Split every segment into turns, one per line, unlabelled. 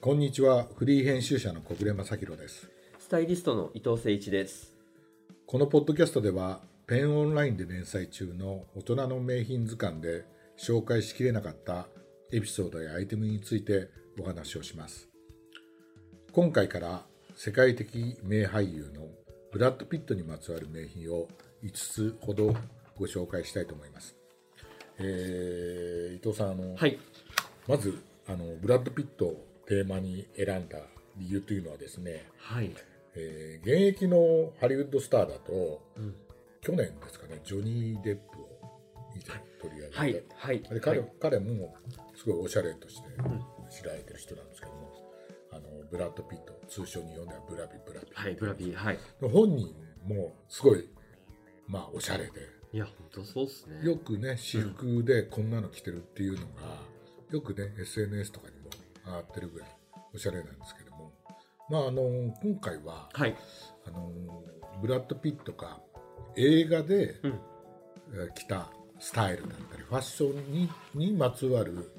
こんにちはフリー編集者の小暮正弘です
スタイリストの伊藤誠一です。
このポッドキャストではペンオンラインで連載中の大人の名品図鑑で紹介しきれなかったエピソードやアイテムについてお話をします今回から世界的名俳優のブラッド・ピットにまつわる名品を5つほどご紹介したいと思います、えー伊藤さんあの、
はい。
まずあのブラッド・ピットをテーマに選んだ理由というのはですね、
はい。
えー現役のハリウッドスターだと
うん、
去年ですかねジョニー・デップを以前取り上げて、
はい。はい。
で彼
はい
彼もすごいおしゃれとして知られてる人なんですけども、あのブラッド・ピット通称に呼んだらブラビブラビ、
はい、ブラビー。はい。
本人もすごいまあおしゃれで
いや、本当そうっすね。
よくね私服でこんなの着てるっていうのがよくね SNS とかにも上がってるぐらいおしゃれなんですけどもまああの今回は
はい。
あのブラッド・ピットが映画で
うん。
えー着たスタイルだったりファッションににまつわる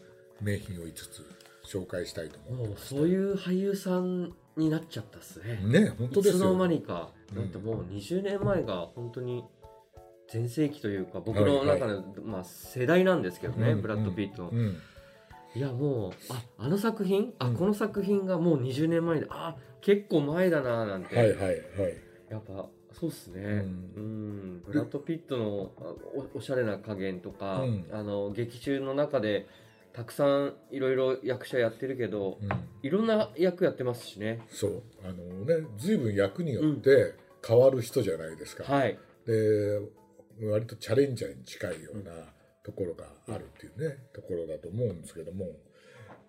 名品を5つ紹介したいと思
も
って
う、
ます
そういう俳優さんになっちゃったっすね。
ね本当です
いつの
よ
間にか。だってもう20年前が本当に全盛期というか、僕の中の、まあ、世代なんですけどね、
うん
ブラッド・ピットの。
うん
いや、もう、あ、あの作品あ、
うん
この作品がもう20年前で、あ、結構前だななんて。
はいはいはい
やっぱそうっすね、う
うん
ん、ブラッド・ピットのあおおしゃれな加減とか、
うん
あの劇中の中でたくさんいろいろ役者やってるけど、
うん
いろんな役やってますしね
そうあのね随分役によって変わる人じゃないですか、
はい
で割とチャレンジャーに近いようなところがあるっていうね、ところだと思うんですけども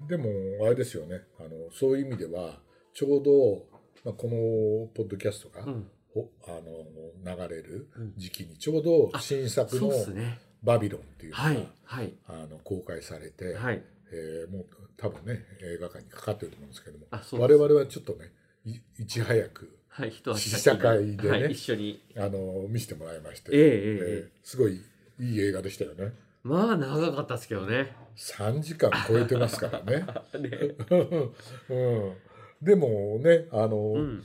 でもあれですよねあのそういう意味ではちょうど、まあ、このポッドキャストが、
うん
ほあの流れる
うん
時期にちょうど新作
そ
の
うっすね
「バビロン」っていうのが、
はいはい
あの公開されて、
はい
えーもう多分ね映画館にかかってると思うんですけども
あそう
我々はちょっとねいいち早く
はい一足先
試写
に
会でね
はい、一緒に
あの見せてもらいまして、
えええ
え
えええ
ーすごいいい映画でしたよね
まあ長かったっすけどね
3時間超えてますから ね、
ね
うん、でもねあの、
うん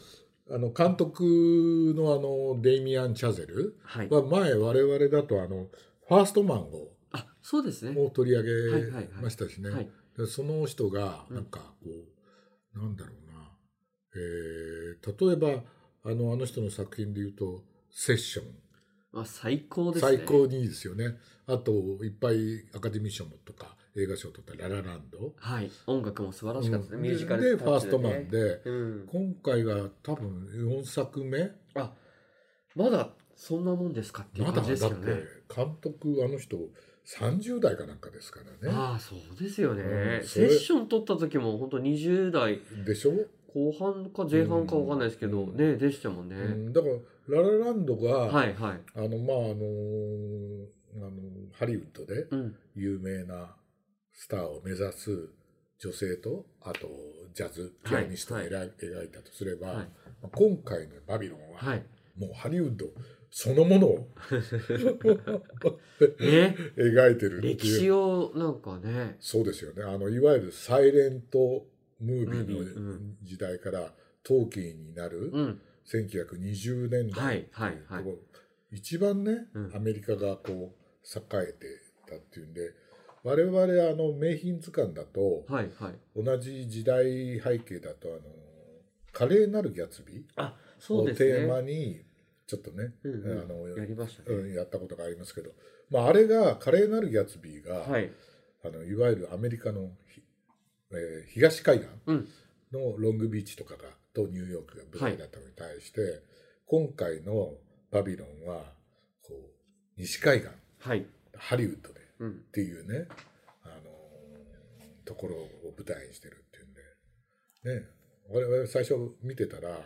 あの監督のあのデイミアン・チャゼル
はい
は前我々だとあのファーストマンを
あそうですね
も取り上
は
げ
いはいはい
ましたしね、
はい
でその人が
うん
なんかこう、なんだろうな、えー例えばあのあの人の作品で言うと「セッション」
まあ最高ですね
最高にいいですよねあといっぱいアカデミー賞とか映画賞とか「ララランド
はい音楽も素晴」らしかったですね、
うん
ミュージカル
でで
タ
ファー
チ
ス
ね
トマン」で
うん
今回が多分4作目
あまだそんなもんですかっていう
まだ
感
だっ
じ
て
ですよね。
監督あの人30代かなんかですからね
ああそうですよね、
うんそ
セ
れ
ッション取った時も本当20代
でしょ、
後半か前半かわかんないですけど、
うん
ねでしたもんね、
うん、だから「ララランドが」
はいはい、
あのまああのーあのーハリウッドで
うん、
有名なスターを目指す女性とあとジャズピアニストを
はい
描,、い、描いたとすれば、
はい
まあ今回の「バビロンは」
はい
もうハリウッドそのものを
ね
描いてるって
歴
い
史
う
をなんかね
そうですよねあのいわゆるサイレントムービ
ムービ
ー
ーう
の時代から陶器になる
うん
1920年
は
代
いはいはい
こう一番ね、
うん
アメリカがこう栄えてたっていうんで我々あの名品図鑑だと
はいはい
同じ時代背景だとあの華麗なるギャツビ
あ
ー
そう
を
で
テー
す
マ
ね
にちょっとね、
うんうん
あの
やりました
う
ね、
ん、やったことがありますけど、まあ、あれが華麗なるギャツビーが、
はい
あのいわゆるアメリカのひ、えー東海岸
うん
のロングビーチとかがとニューヨークが舞台だったのに対して、今回の「バビロンは」こう西海岸
はい
ハリウッドでっ
うん
ていうね、あのーところを舞台にしてるっていうんでね我々最初見てた ら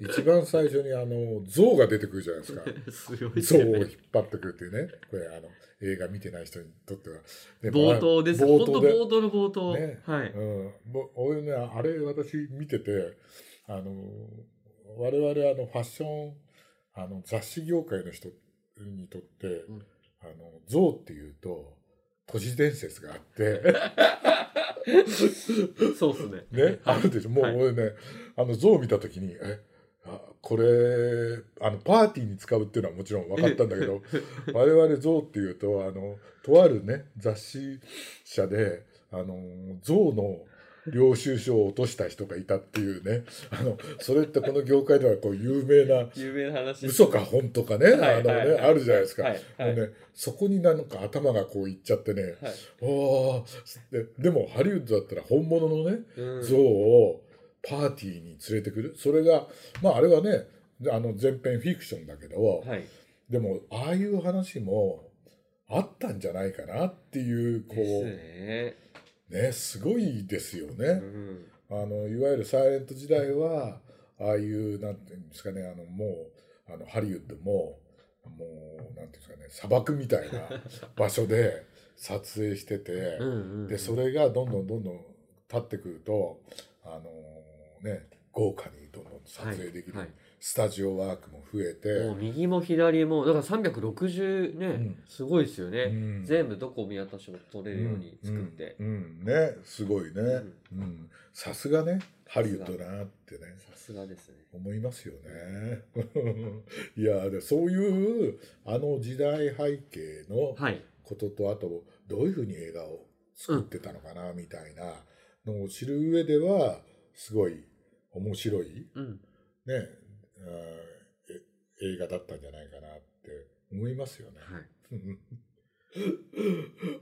一番最初にあの象が出てくるじゃないですか。
すごいです
象を
よ
引っ
ね
張ってくるっていうねこれあの映画見てない人にとっては、ね
冒頭です
冒頭
本当
で
冒頭の冒頭、
ね
はい、
うん、もう俺ねあれ私見ててあの我々あのファッションあの雑誌業界の人にとって、
ん
あの象っていうと都市伝説があって
そうっすね。
ね、あるでしょ。もう
はい
俺ね、あの、象見たときに、え、あこれ、あの、パーティーに使うっていうのはもちろん分かったんだけど、我々象っていうと、あの、とあるね、雑誌社で、あの、象の領収書を落とした人がいたっていうね、あの、それってこの業界ではこう、有名な、
有名な話。
嘘か本とかね、あ
はい
の
はい
ね、
はい
あるじゃないですか。
はいはい
もうね、そこになんか頭がこういっちゃってね、
はい。
おーででもハリウッドだったら本物のね、
うん
象をパーティーに連れてくるそれがまああれはねあの前編フィクションだけど、
はい。
でもああいう話もあったんじゃないかなっていうこ
です
う
ね。
ねすごいですよ
う
ね。
ん。
あのいわゆるサイレント時代はああいうなんていうんですかねあのもうあのハリウッドももうなんていうんですかね砂漠みたいな場所で撮影してて。
うんうん。
でそれがどんどんどんどん立ってくると、あのーね、豪華にどんどん撮影できる、
はいはい
スタジオワークも増えて、
もう右も左も、だから360ね、
うん
すごいですよね。
うん
全部どこを見渡しても撮れるように作って。
うんうんねすごいね
ん
うんさすがねハリウッドだなってね
さすがですね。
思いますよね いやでそういうあの時代背景の
はい。
こととあとどういうふうに映画を作ってたのかなみたいなのを知る上ではすごい面白い
うん。
ね、あーえ映画だったんじゃないかなって思いますよね。
はい。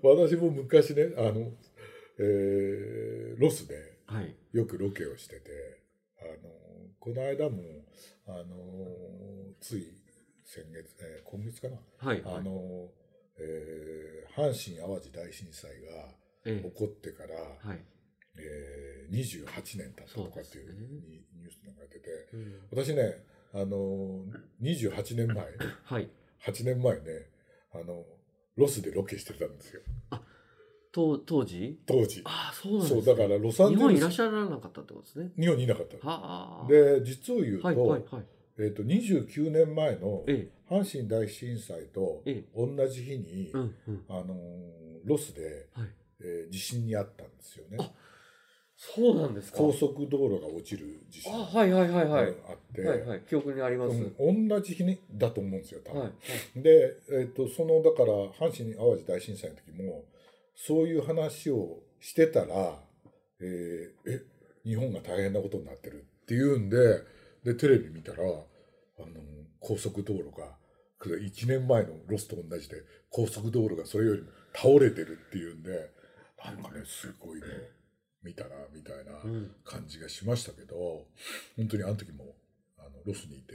私も昔ねあの、えーロスで
はい。
よくロケをしててあのこの間もあのつい先月、えー今月かな、
はい。
あのえー阪神・淡路大震災が
え
起こってから、
えはい。
えー28年経ったとかっていう
そうですね
にニュース流れてて。私ね、あのー、28年前、
はい。
8年前ね、あの、ロスでロケしてたんですよ、
と当時
当時。
ああ、そうなん
そ
で
う、
すね
だからロサン
日
ゼ
本
ル
いらっ
ス、
しゃらなかったってことですね。
日本にいなかった。
はあ。、
で、実を言うと、
はいはいはい。
えっ、と、29年前の
え
阪神大震災と
ええ
同じ日に、
え。うんうん。
あのーロスで、
はい。
えー地震にあったんですよね。
あそうなんですか。
高速道路が落ちる地
あ
震が
はいはいはいはい。
あって、
はいはい。記憶にあります。
うん同じ日にだと思うんですよ、多分。
はい。
で、えっとそのだから阪神・淡路大震災の時もそういう話をしてたら、えーえ日本が大変なことになってるっていうんででテレビ見たらあの高速道路が1年前のロスと同じで高速道路がそれよりも倒れてるっていうんでなんかねすごいね見たなみたいな。
うん。
感じがしましたけど本当にあの時もあのロスにいて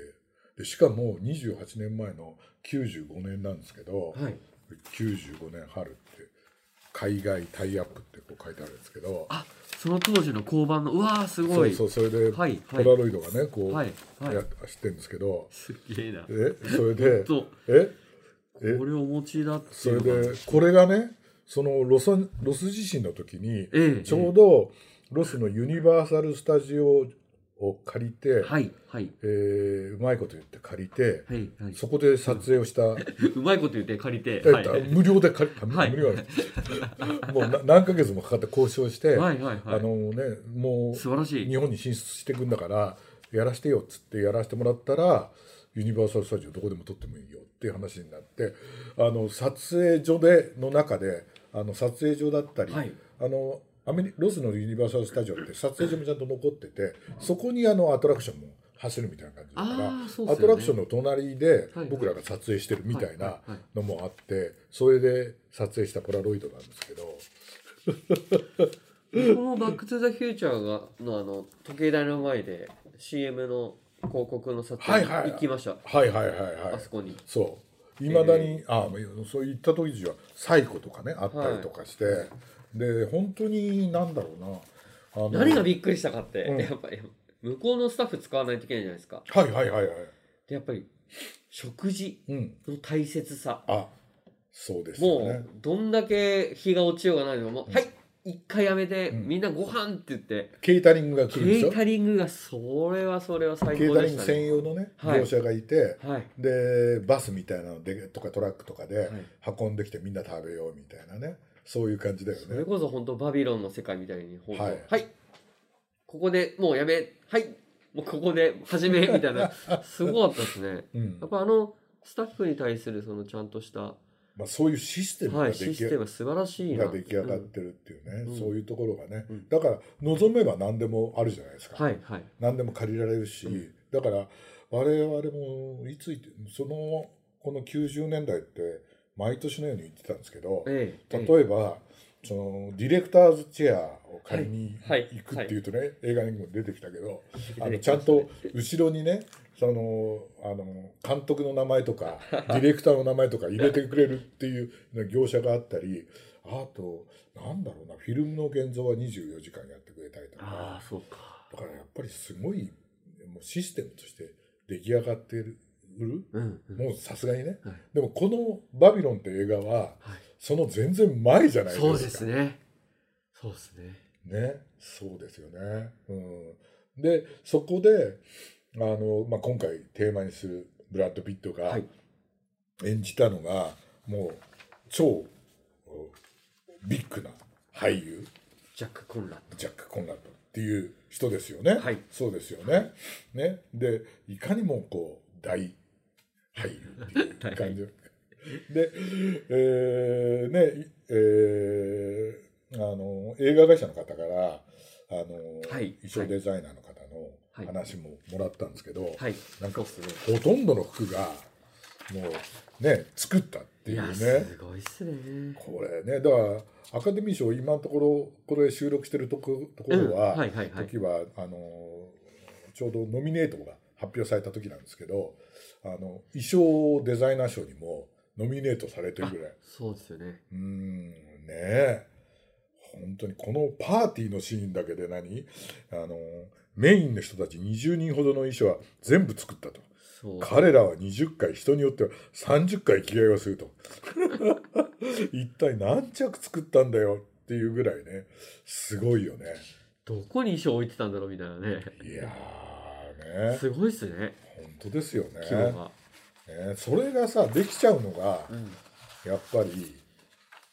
でしかも28年前の95年なんですけど、
はい。
95年春って海外タイアップってこう書いてあるんですけど
あその当時の交番の、うわあ、す
そ
ご
う
い。
そうそれでポ
はいは
ラ
い。
ロイドがねこう、
はいは
や
い。
してるんですけど
すげえな。
えそれで
と、
ええ
これをお持ちだって
そ
い
れ
うのが
でこれがねそのロスロス地震の時に
ええ、
ちょう
ど、
どロスのユニバーサル・スタジオを借りて、
はいはい
えーうまいこと言って借りて、
はいはい。
そこで撮影をした、
うまいこと言って借りて、
えっ
はい
と
はい
無料で借りた、
はい
無料でもうな何ヶ月もかかって交渉して、
はいはい
あのねも
素晴ら
う
しい。
日本に進出してくんだからやらしてよっつってやらせてもらったらユニバーサル・スタジオどこでも撮ってもいいよっていう話になってあの撮影所での中であの撮影所だったり、
はい
あのアメリロスのユニバーサル・スタジオって撮影所もちゃんと残っててそこにあのアトラクションも走るみたいな感じだから、
ああ、そうで
ア
すよね。
トラクションの隣で
はい
僕らが撮影してるみたいな
はいはい
のもあってそれで撮影したポラロイドなんですけど
このバックトゥザフューチャーがのあの時計台の前で CM の広告の撮
は
影
い
に
はい
行きました。
はいはいはいは
あ
い
そこに。
そういまだに、あそういった時はサイコとかねあったりとかして、で本当になんだろうなあの
何がびっくりしたかって、
うん
やっぱり向こうのスタッフ使わないといけないじゃないですか。
はいはいはいはい
でやっぱり食事
うん
の大切さ。
あそうですよ
も
ね
うどんだけ日が落ちようがないのも、うはい一回やめて、
ん
みんなご飯って言って
ケータリングが来
ケ
るでしょ
ータリングがそれはそれは最
ケー
高
タ
で
リン
し
グ
たね
専用のね、
はい
業者がいて、
はい
でバスみたいなのでとかトラックとかで
い
運んできてみんな食べようみたいなね、そういう感じだよ
それ
ね。
こそ本当バビロンの世界みたいに、ほんと
は
はいい、ここでもうやめ、はい、もうここで始め、みたい な、すごかったですね。
うん
やっぱあの、スタッフに対するそのちゃんとした、
まあ、そういうシステム
は
が
い、
出
シ
来,、
ステムが素晴らしいな。
が出来上がっ
うん
てるっていうね、
うん
そういうところがね、
うん
だから望めば何でもあるじゃないですか、
はい、はい。
何でも借りられるし、
うん
だから我々もいついてそのこの90年代って毎年のように言ってたんですけど
ええ。
例えばそのディレクターズチェアを借りに
はい
行くっていうとね、映画にも出てきたけど
ええ
あのちゃんと後ろにねそのあの監督の名前と かディレクターの名前とか入れてくれるっていう業者があったりあとなんだろうなフィルムの現像は24時間やってくれたりとか
ああ、そうか。
だからやっぱりすごいもうシステムとして出来上がってる。
うん、うん。
もうさすがにね、
はい
でもこの「バビロン」って映画は
はい
その全然前じゃないですか
そうですね。そうですね。
ね、そうですよね。うん、でそこであの、まあ、今回テーマにするブラッド・ピットが
はい
演じたのが、もう超おビッグな俳優
ジャック・コンラッ
ジャック・コンラッドっていう人ですよね。
はい
そうですよね。ねでいかにもこう大俳優っていう
大
感じ。で、えーねいえーあの映画会社の方からあの、
はい
衣装デザイナーの方
はい
の話ももらったんですけど、
ド。はい。
なんか
そうですね。
ほとんどの服がもうね作ったって
い
いう
や、
ね。
すごいっすね。
これねだからアカデミー賞今のところこれ収録してるとこところは、
うんはいはいはい
時はあのちょうどノミネートが発表された時なんですけどあの衣装デザイナー賞にもノミネートされてるぐらい
そうですよね。
うーんねえ本当にこのパーティーのシーンだけで何あのメインの人たち20人ほどの衣装は全部作ったと
そう。
彼らは20回人によっては30回着替えをすると 一体何着作ったんだよっていうぐらいねすごいよね
どこに衣装置いてたんだろうみたいなね。
いやーね
すごいっすね。
本当ですよね
規模が。
ねそれがさできちゃうのが
うん。
やっぱり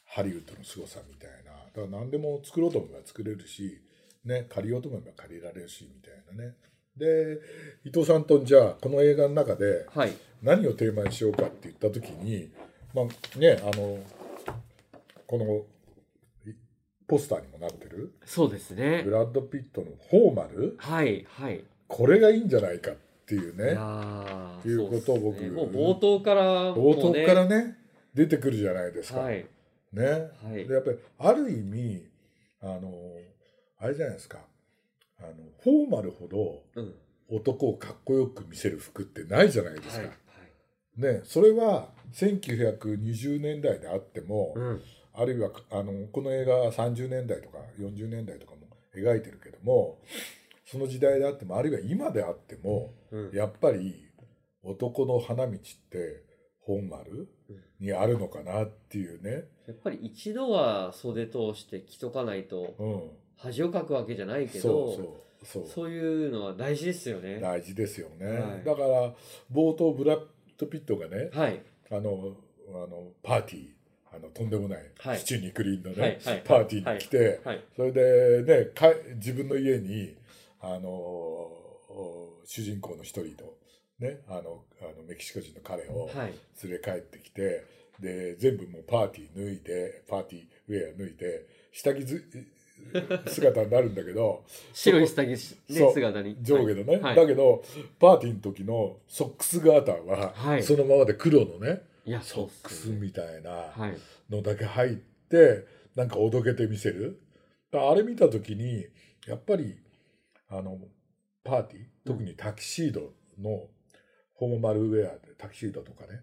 ハリウッドの凄さみたいなだから何でも作ろうと思えば作れるし、ね、借りようと思えば借りられるしみたいなねで伊藤さんとじゃあこの映画の中で
はい。
何をテーマにしようかって言った時にまあねあのこのいポスターにもなってる
そうですね
ブ。ラッド・ピットの「フォーマル
はい、はい。い」
これがいいんじゃないかっていう
や
ね
ー
っていうことを僕
そうっすねもう冒頭から、も
冒
うね
頭からね出てくるじゃないですか。
はい。
ね
はい
でやっぱりある意味あのあれじゃないですかあのフォーマルほど
うん。
男をかっこよく見せる服ってないじゃないですか。
はい。はい。
ね、それは1920年代であっても、
うん。
あるいはあのこの映画は30年代とか40年代とかも描いてるけどもその時代であってもあるいは今であっても
うん。
やっぱり男の花道って本丸にあるのかなっていうね、
やっぱり一度は袖通して着とかないと
うん、
恥をかくわけじゃないけど
そうそうそう
そういうのは大事ですよね。
大事ですよね、
はい
だから冒頭ブラッド・ピットがね
はい。
あのあのパーティーあのとんでもない、
はい
シチューニクリーンのね、
はいはい
パーティーに来て、
はい。
それでねか自分の家にあのお主人公の一人と、ね、あのあのメキシコ人の彼を
はい。
連れ帰ってきて、で全部もうパーティー脱いでパーティーウェア脱いで下着ず 姿になるんだけど
白い下着し、
そ
ね、
う
姿に。
上下のね、
はい
だけどパーティーの時のソックスガーターは、
はい
そのままで黒のね
いや、
ソ
そうっ
ックス
すね。
みたいな。
はい。
のだけ入ってなんかおどけてみせるだからあれ見た時にやっぱりあのパーティー特にタキシードのフォーマルウェアでタキシードとかね、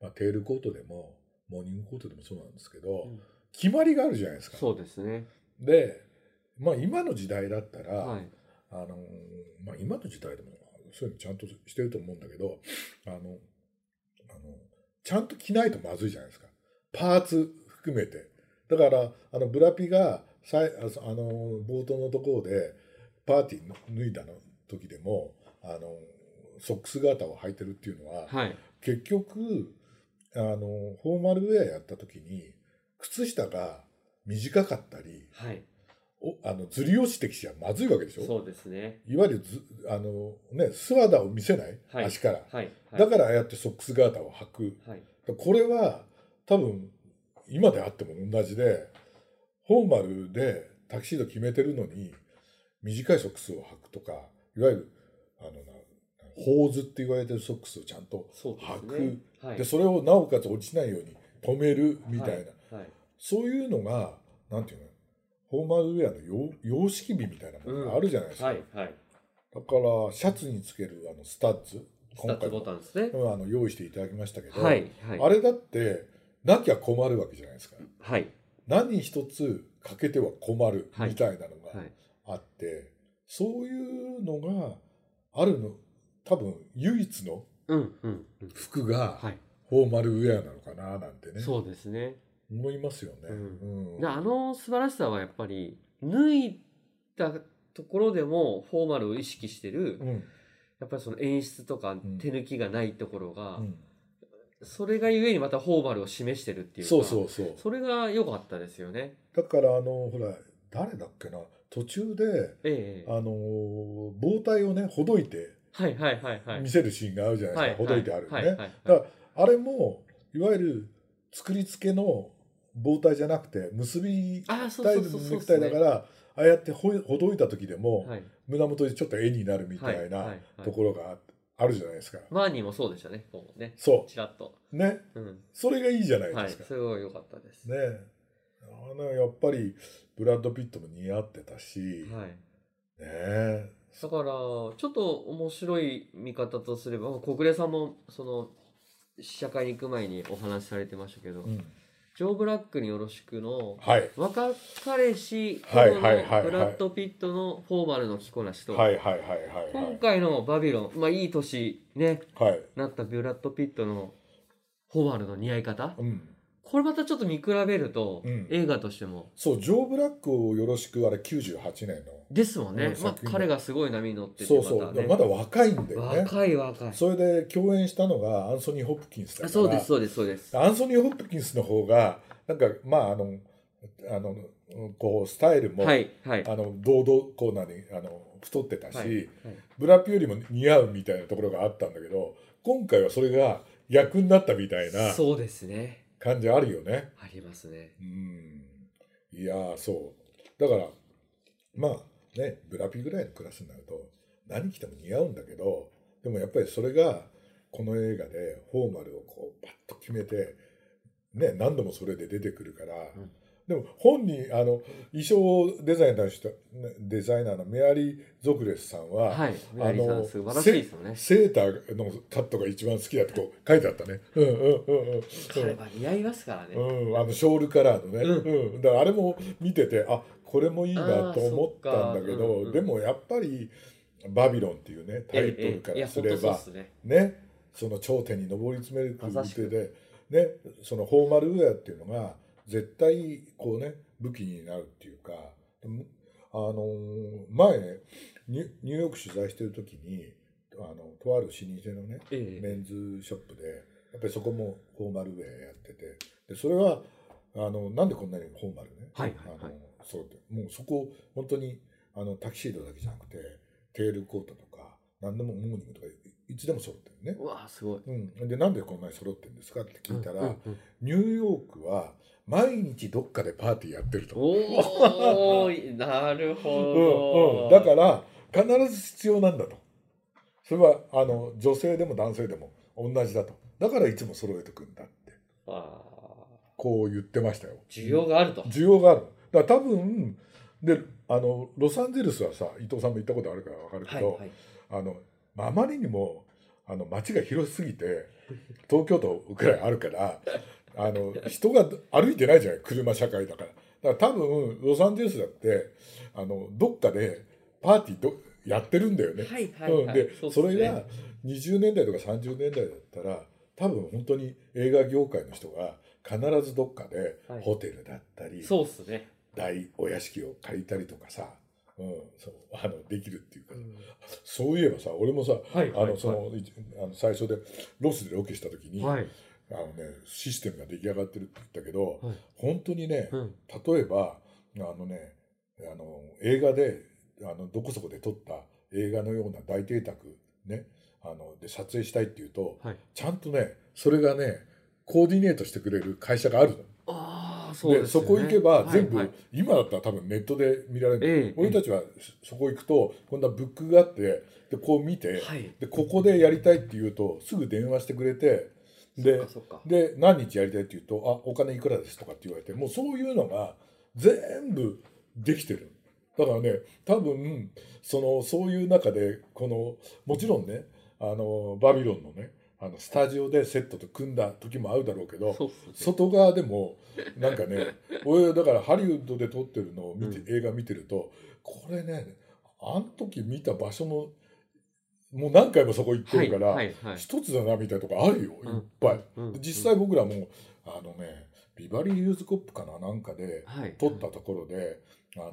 まあ、テールコートでもモーニングコートでもそうなんですけど、
うん
決まりがあるじゃないですか。
そうですね。
で、まあ、今の時代だったら、
はい。
あのまあ、今の時代でもそういうのちゃんとしてると思うんだけどあのあのちゃんと着ないとまずいじゃないですかパーツ含めてだからあのブラピがさいあそあの冒頭のところでパーティーの脱いだの時でもあのソックス型を履いてるっていうのは、
はい。
結局あのフォーマルウェアやった時に靴下が短かったり
はい
おあのずり落ちてきちゃまずいわけでしょ
そうですね
いわゆるずあの、ね、素肌を見せない、
はい
足から、
はいはい
だからああやってソックスガーターを履
はい
くこれは多分今であっても同じでフォーマルでタキシード決めてるのに短いソックスを履くとかいわゆるあのなホーズって言われてるソックスをちゃんと
そう
履
ですね
く
はい
でそれをなおかつ落ちないように止めるみたいな、
はいはい
そういうのがなんていうのフォーマルウェアの様様式美みたいなものがあるじゃないですか、
はいはい
だからシャツにつけるあのスタッズ
スタッツボ
も
タンですね
うんあの用意していただきましたけど、
はいはい
あれだってなきゃ困るわけじゃないですか
はい
何一つ欠けては困る
はい
みたいなの
は
が
い
あって、そういうのがあるの多分唯一の
うんうんうん
服が
はい
フォーマルウェアなのかななんてね、
そうですね
思いますよね。
う
うん
であの素晴らしさはやっぱり脱いだところでもフォーマルを意識してる
うん
やっぱりその演出とか
ん
手抜きがないところが、
うん
それがゆえにまたフォーマルを示してるっていうか
そうそうそう
それが良かったですよね
だからあのほら誰だっけな途中で
ええ
あのー包帯をねほどいて
はいはいはいはい
見せるシーンがあるじゃな
はいい
ですか、ほどいてあるね、
はいはいはい
だあれもいわゆる作り付けの包帯じゃなくて結び
あーそう
タイ
そ
ル
うそ
の
う
ネ
そう
クタイだかららああやってほほどいた時でも、
はい
胸元でちょっと絵になるみたい
はは
な
はい
ところがああるじゃないですか、
マーニーもそうでしたねこうね
そ
ちらっと
うね
うん
それがいいじゃない
は
で
い
すか、
それは良かったです
ねあのやっぱりブラッド・ピットも似合ってたし、
はい
ねえ
だからちょっと面白い見方とすれば小暮さんもその試写会に行く前にお話しされてましたけど、
うん
ジョー・ブラックによろしくの
はい
若彼氏
は
頃
い
のブ
はいはいはい
ラッド・ピットのフォーマルの着こなしと、
はいはいはいはいは
今
い
回の「バビロン」まあいい年ね
はい
なったブラッド・ピットのフォーマルの似合い方
うん
これまたちょっと見比べると、
うん
映画としても
そうジョー・ブラックをよろしくあれ98年の
ですもんね、
うん
まあ
作品、も
彼がすごい波に乗ってて
そうそう、
またね
まだ若いんだよね
若い若い
それで共演したのがアンソニー・ホプキンスだから
あそうですそうですそうです
アンソニー・ホプキンスの方がなんかまああのあのこうスタイルも、
はいはい
あの堂々こうなにあの太ってたし、
はいはい
ブラピよりも似合うみたいなところがあったんだけど今回はそれが逆になったみたいな
そうですね
感じあるよね。
ありますね
うんいやーそうだからまあねブラピぐらいのクラスになると何着ても似合うんだけどでもやっぱりそれがこの映画でフォーマルをこうパッと決めて、ね、何度もそれで出てくるから、
うん
でも本人あの衣装デザイナーの人ねデザイナーのメアリー・ゾクレスさんは、
はいメアリーさ
あ
ん
の
素晴らしいですよね
セーターのカットが一番好きだってこう書いてあったね。うんうんうんうん
彼は似合いますからね、
うん、あのショールカラーのね、うん
う
だからあれも見ててあこれもいいな
あー
と思ったんだけど、
そっかうんうん
でもやっぱり「バビロン」っていうねタイトルからすれ
いや
ば
本当、そうっすね
ね、その頂点に上り詰める
まさし
手
く
で、ね、そのフォーマルウェアっていうのが絶対こうね武器になるっていうかでもあのー前ニュニューヨーク取材してる時にあのとある老舗のね
え
メンズショップでやっぱりそこもフォーマルウェアやっててでそれはあのなんでこんなにフォーマルね、
はいはいはい
あのそうってもうそこ本当にあのタキシードだけじゃなくてテールコートとか何でもモーニングとかいいつでも揃ってる
え
ね
う、わすごい
うん、でなんでこんなに揃ってるんですかって聞いたら、
うんうんうん
ニューヨークは毎日どっかでパーティーやってると、
おーな
う
る
んう
ほど、
ん、だから必ず必要なんだとそれはあの女性でも男性でも同じだとだからいつも揃えてくんだって
あー
こう言ってましたよ
需要があると、
需要があるだから多分であのロサンゼルスはさ伊藤さんも行ったことあるから分かるけ
はい
ど、
はい
あのあまりにもあの街が広すぎて東京都ぐらいあるからあの人が歩いてないじゃない車社会だからだから多分ロサンゼルスだってあのどっかでパーティーどやってるんだよね。
はいはい
うん
はい
で
うっす
そ
ね
れが20年代とか30年代だったら多分本当に映画業界の人が必ずどっかで
はい
ホテルだったり、
そうっすね、
大お屋敷を借りたりとかさ、うん、そうあのできるっていうか、
うん
そういえばさ俺もさ
はい
あのそのいあの最初でロスでロケした時に、
はい
あのね、システムが出来上がってるって言ったけど、
はい
本当にね、
うん
例えばあのねあの映画であのどこそこで撮った映画のような大邸宅、ね、あので撮影したいっていうと
はい
ちゃんとねそれがねコーディネートしてくれる会社があるの
ああそうです、ね、
そこ行けば全部、
はいはい
今だったら多分ネットで見られる、
ええ
俺たちはそこ行くとこんなブックがあってでこう見て、
はい
でここでやりたいって言うとすぐ電話してくれてで
そっかそっか
で何日やりたいって言うと「あお金いくらです」とかって言われてもうそういうのが全部できてるだからね多分そのそういう中でこのもちろんねあのバビロンのねあのスタジオでセットと組んだ時も合うだろうけど
そうっすね
外側でもなんかね俺だからハリウッドで撮ってるのを見て、
う
映画見てるとこれねあの時見た場所ももう何回もそこ行ってるから、
はいはいはい
一つだなみたいなとこあるよい
うん
っぱい、
うん
実際僕らもあのねビバリー・ユーズコップかななんかで
はい
撮ったところで、あのー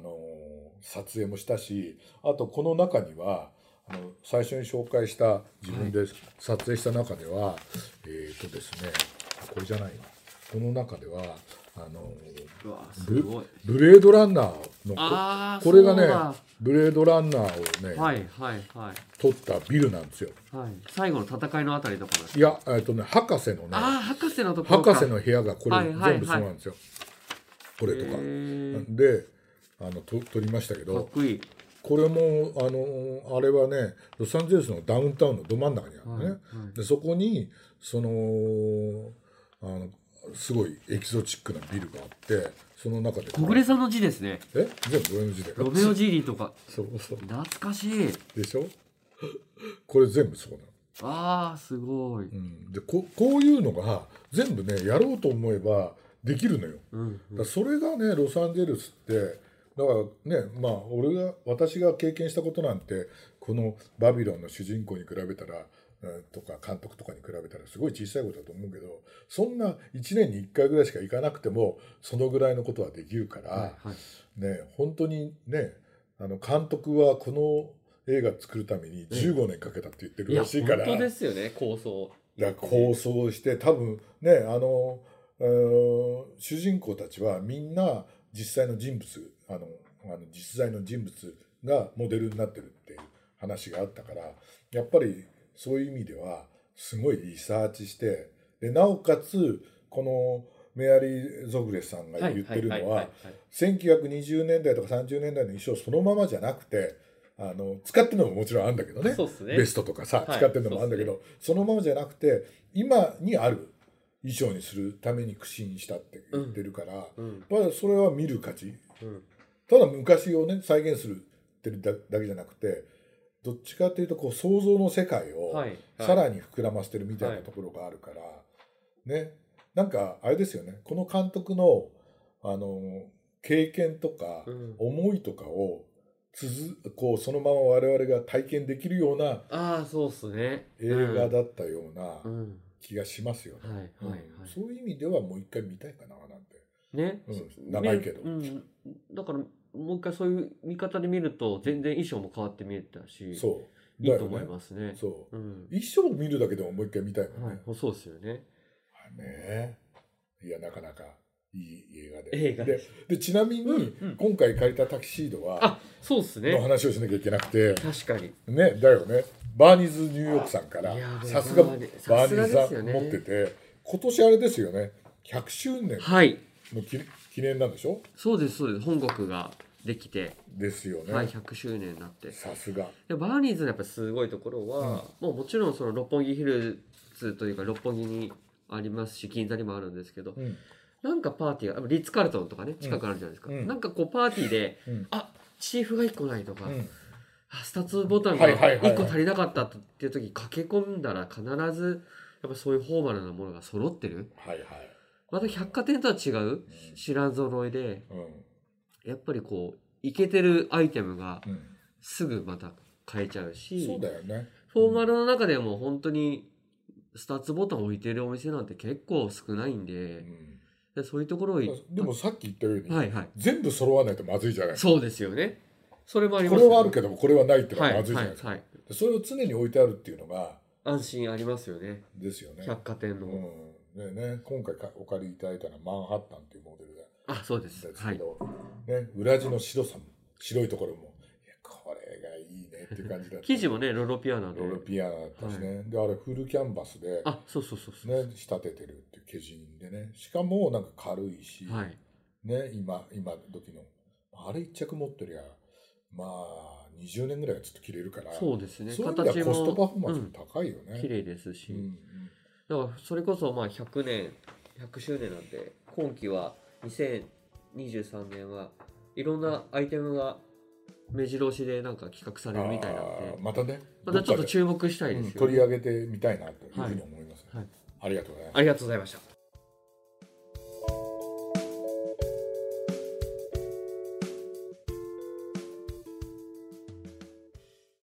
撮影もしたしあとこの中にはあの最初に紹介した自分で撮影した中では、えっ、とですねこれじゃないよこの中ではあの
うわ
ー
す
ブ
ごい
ブレードランナーのこ
ああ
これがね
そうだ
ブレードランナーをね、
はいはいは
撮ったビルなんですよ。
いはい最後の戦いのあたりとかです
いや、えっ、とね、博士のね、
ああ博士のところか
博士の部屋がこ
はい
れ
はいはい
全部そうなんですよ。これとか
へ。ー
であのと撮りましたけ
かっ
ど
こいい
これもあのあれはねロサンゼルスのダウンタウンのど真ん中にあるのね、
はいは
でそこにそのあのすごいエキゾチックなビルがあってその中で
小暮さんの字ですね
え全部俺の字だ
ロ
よ
メオ・ジーリーとか
そうそう
懐かしい
でしょこれ全部そうなの
ああすごい、
うん、でここういうのが全部ねやろうと思えばできるのよ
うん
だからそれがねロサンゼルスってだからねまあ俺が私が経験したことなんてこの「バビロン」の主人公に比べたら、うんとか監督とかに比べたらすごい小さいことだと思うけどそんな1年に1回ぐらいしか行かなくてもそのぐらいのことはできるから、
はいはい
ね本当にねあの監督はこの映画作るために15年かけたって言ってるらしいから。
本当ですよね構想
だから構想して多分ねあの、うーん主人公たちはみんな実際の人物あのあの実在の人物がモデルになってるっていう話があったからやっぱりそういう意味ではすごいリサーチしてでなおかつこのメアリー・ゾグレスさんが言ってるのは1920年代とか30年代の衣装そのままじゃなくてあの使ってるのももちろんあるんだけどね
そうっすね
ベストとかさ、
はい
使ってるのもあるんだけどそ,、のままじゃなくて今にある衣装にするために苦心したって言ってるから、
うん
まあそれは見る価値
うん
ただ昔をね再現するってるだだけじゃなくてどっちかっていうとこう想像の世界を、
はいはい
さらに膨らませてるみたいなところがあるから、ねなんかあれですよねこの監督のあの経験とか
うん
思いとかをつづこうそのまま我々が体験できるような
ああそうっすね
映画だったよう
う、
なん気がしますよね
うん、はいはいはい、
うんそういう意味ではもう一回見たいかななんて、
ね、
うん、長いけど、
ねうん、だからもう一回そういう見方で見ると全然衣装も変わって見えたし
そう
いいと思い
す
ますね
そう
うん
衣装を見るだけでももう一回見たいもん
は
ね,、
い、そうですよね
ねいやなかなかいい映画で
映画
ででちなみに、
うんうん
今回借りたタキシードは
あそうっす
の
ね
話をしなきゃいけなくて
確かに
ねだよねバーニーズニューヨークさんから
いやー
さすが
バ
バーニ
ーニーさすが
ーズさ
ですよ
ん
ね
持ってて今年あれですよね100周年
はい
の記記念なんでしょ
そうですそうです本国ができて、
ですよね、
はい、100周年になって
さすが
でバーニーズのやっぱすごいところは、もうもちろんその六本木ヒルズというか六本木にありますし銀座にもあるんですけど、
うん
なんかパーティーがリッツ・カールトンとかね近くあるじゃないですか、
うん
なんかこうパーティーで
うん
あチーフが1個ないとか、
うん
あスタツボタンが
はいはいはいはい
1個足りなかったっていう時駆け込んだら必ずやっぱそういうフォーマルなものが揃ってる
はいはい
また百貨店とは違う品揃いで
うん
やっぱりこういけてるアイテムが
うん
すぐまた買えちゃうし
そうだよね
フォーマルの中でも本当にスタッツボタン置いてるお店なんて結構少ないん
う
で
ん
でそういうところをい
でもさっき言ったように、
はいはい
全部揃わないとまずいじゃない
そうですよねそれもあり
こ
ます
れはある
け
けどもこれはないっての
は
はいま
は
ずい
い
じゃないですか、
はい
それを常に置いてあるっていうのが
安心ありますよね
ですよね
百貨店の、
うん、でね、今回かお借りいただいたのはマンハッタンっていうモデルで
あそうです
です
は
け
い
ど、ね、裏地の白さも白いところもいやこれがいいねっていう感じだった
生地もねロロピアナで
ロールピアだったしね、であれフルキャンバスで、
あそうそうそうそう、
ね、仕立ててるっていう毛人でねしかもなんか軽いし、
はい
ね、今今時のあれ一着持ってりゃまあ20年ぐらいはずっと着れるから
そうですね
そういう意味で
形
はコストパフォーマ
も
ン
う
ス
ん
も高いよね。
綺麗ですし、
うんうん
だからそれこそまあ100年100周年なんで今期は2023年はいろんなアイテムが目白押しでなんか企画されるみたいなの
あー
で
またね
またちょっ
どか
と
で
注目したいで
う
す
ん
よ、
取り上げてみたいなというふうに思いますね、
はい
ありがとうございます
ありがとうございました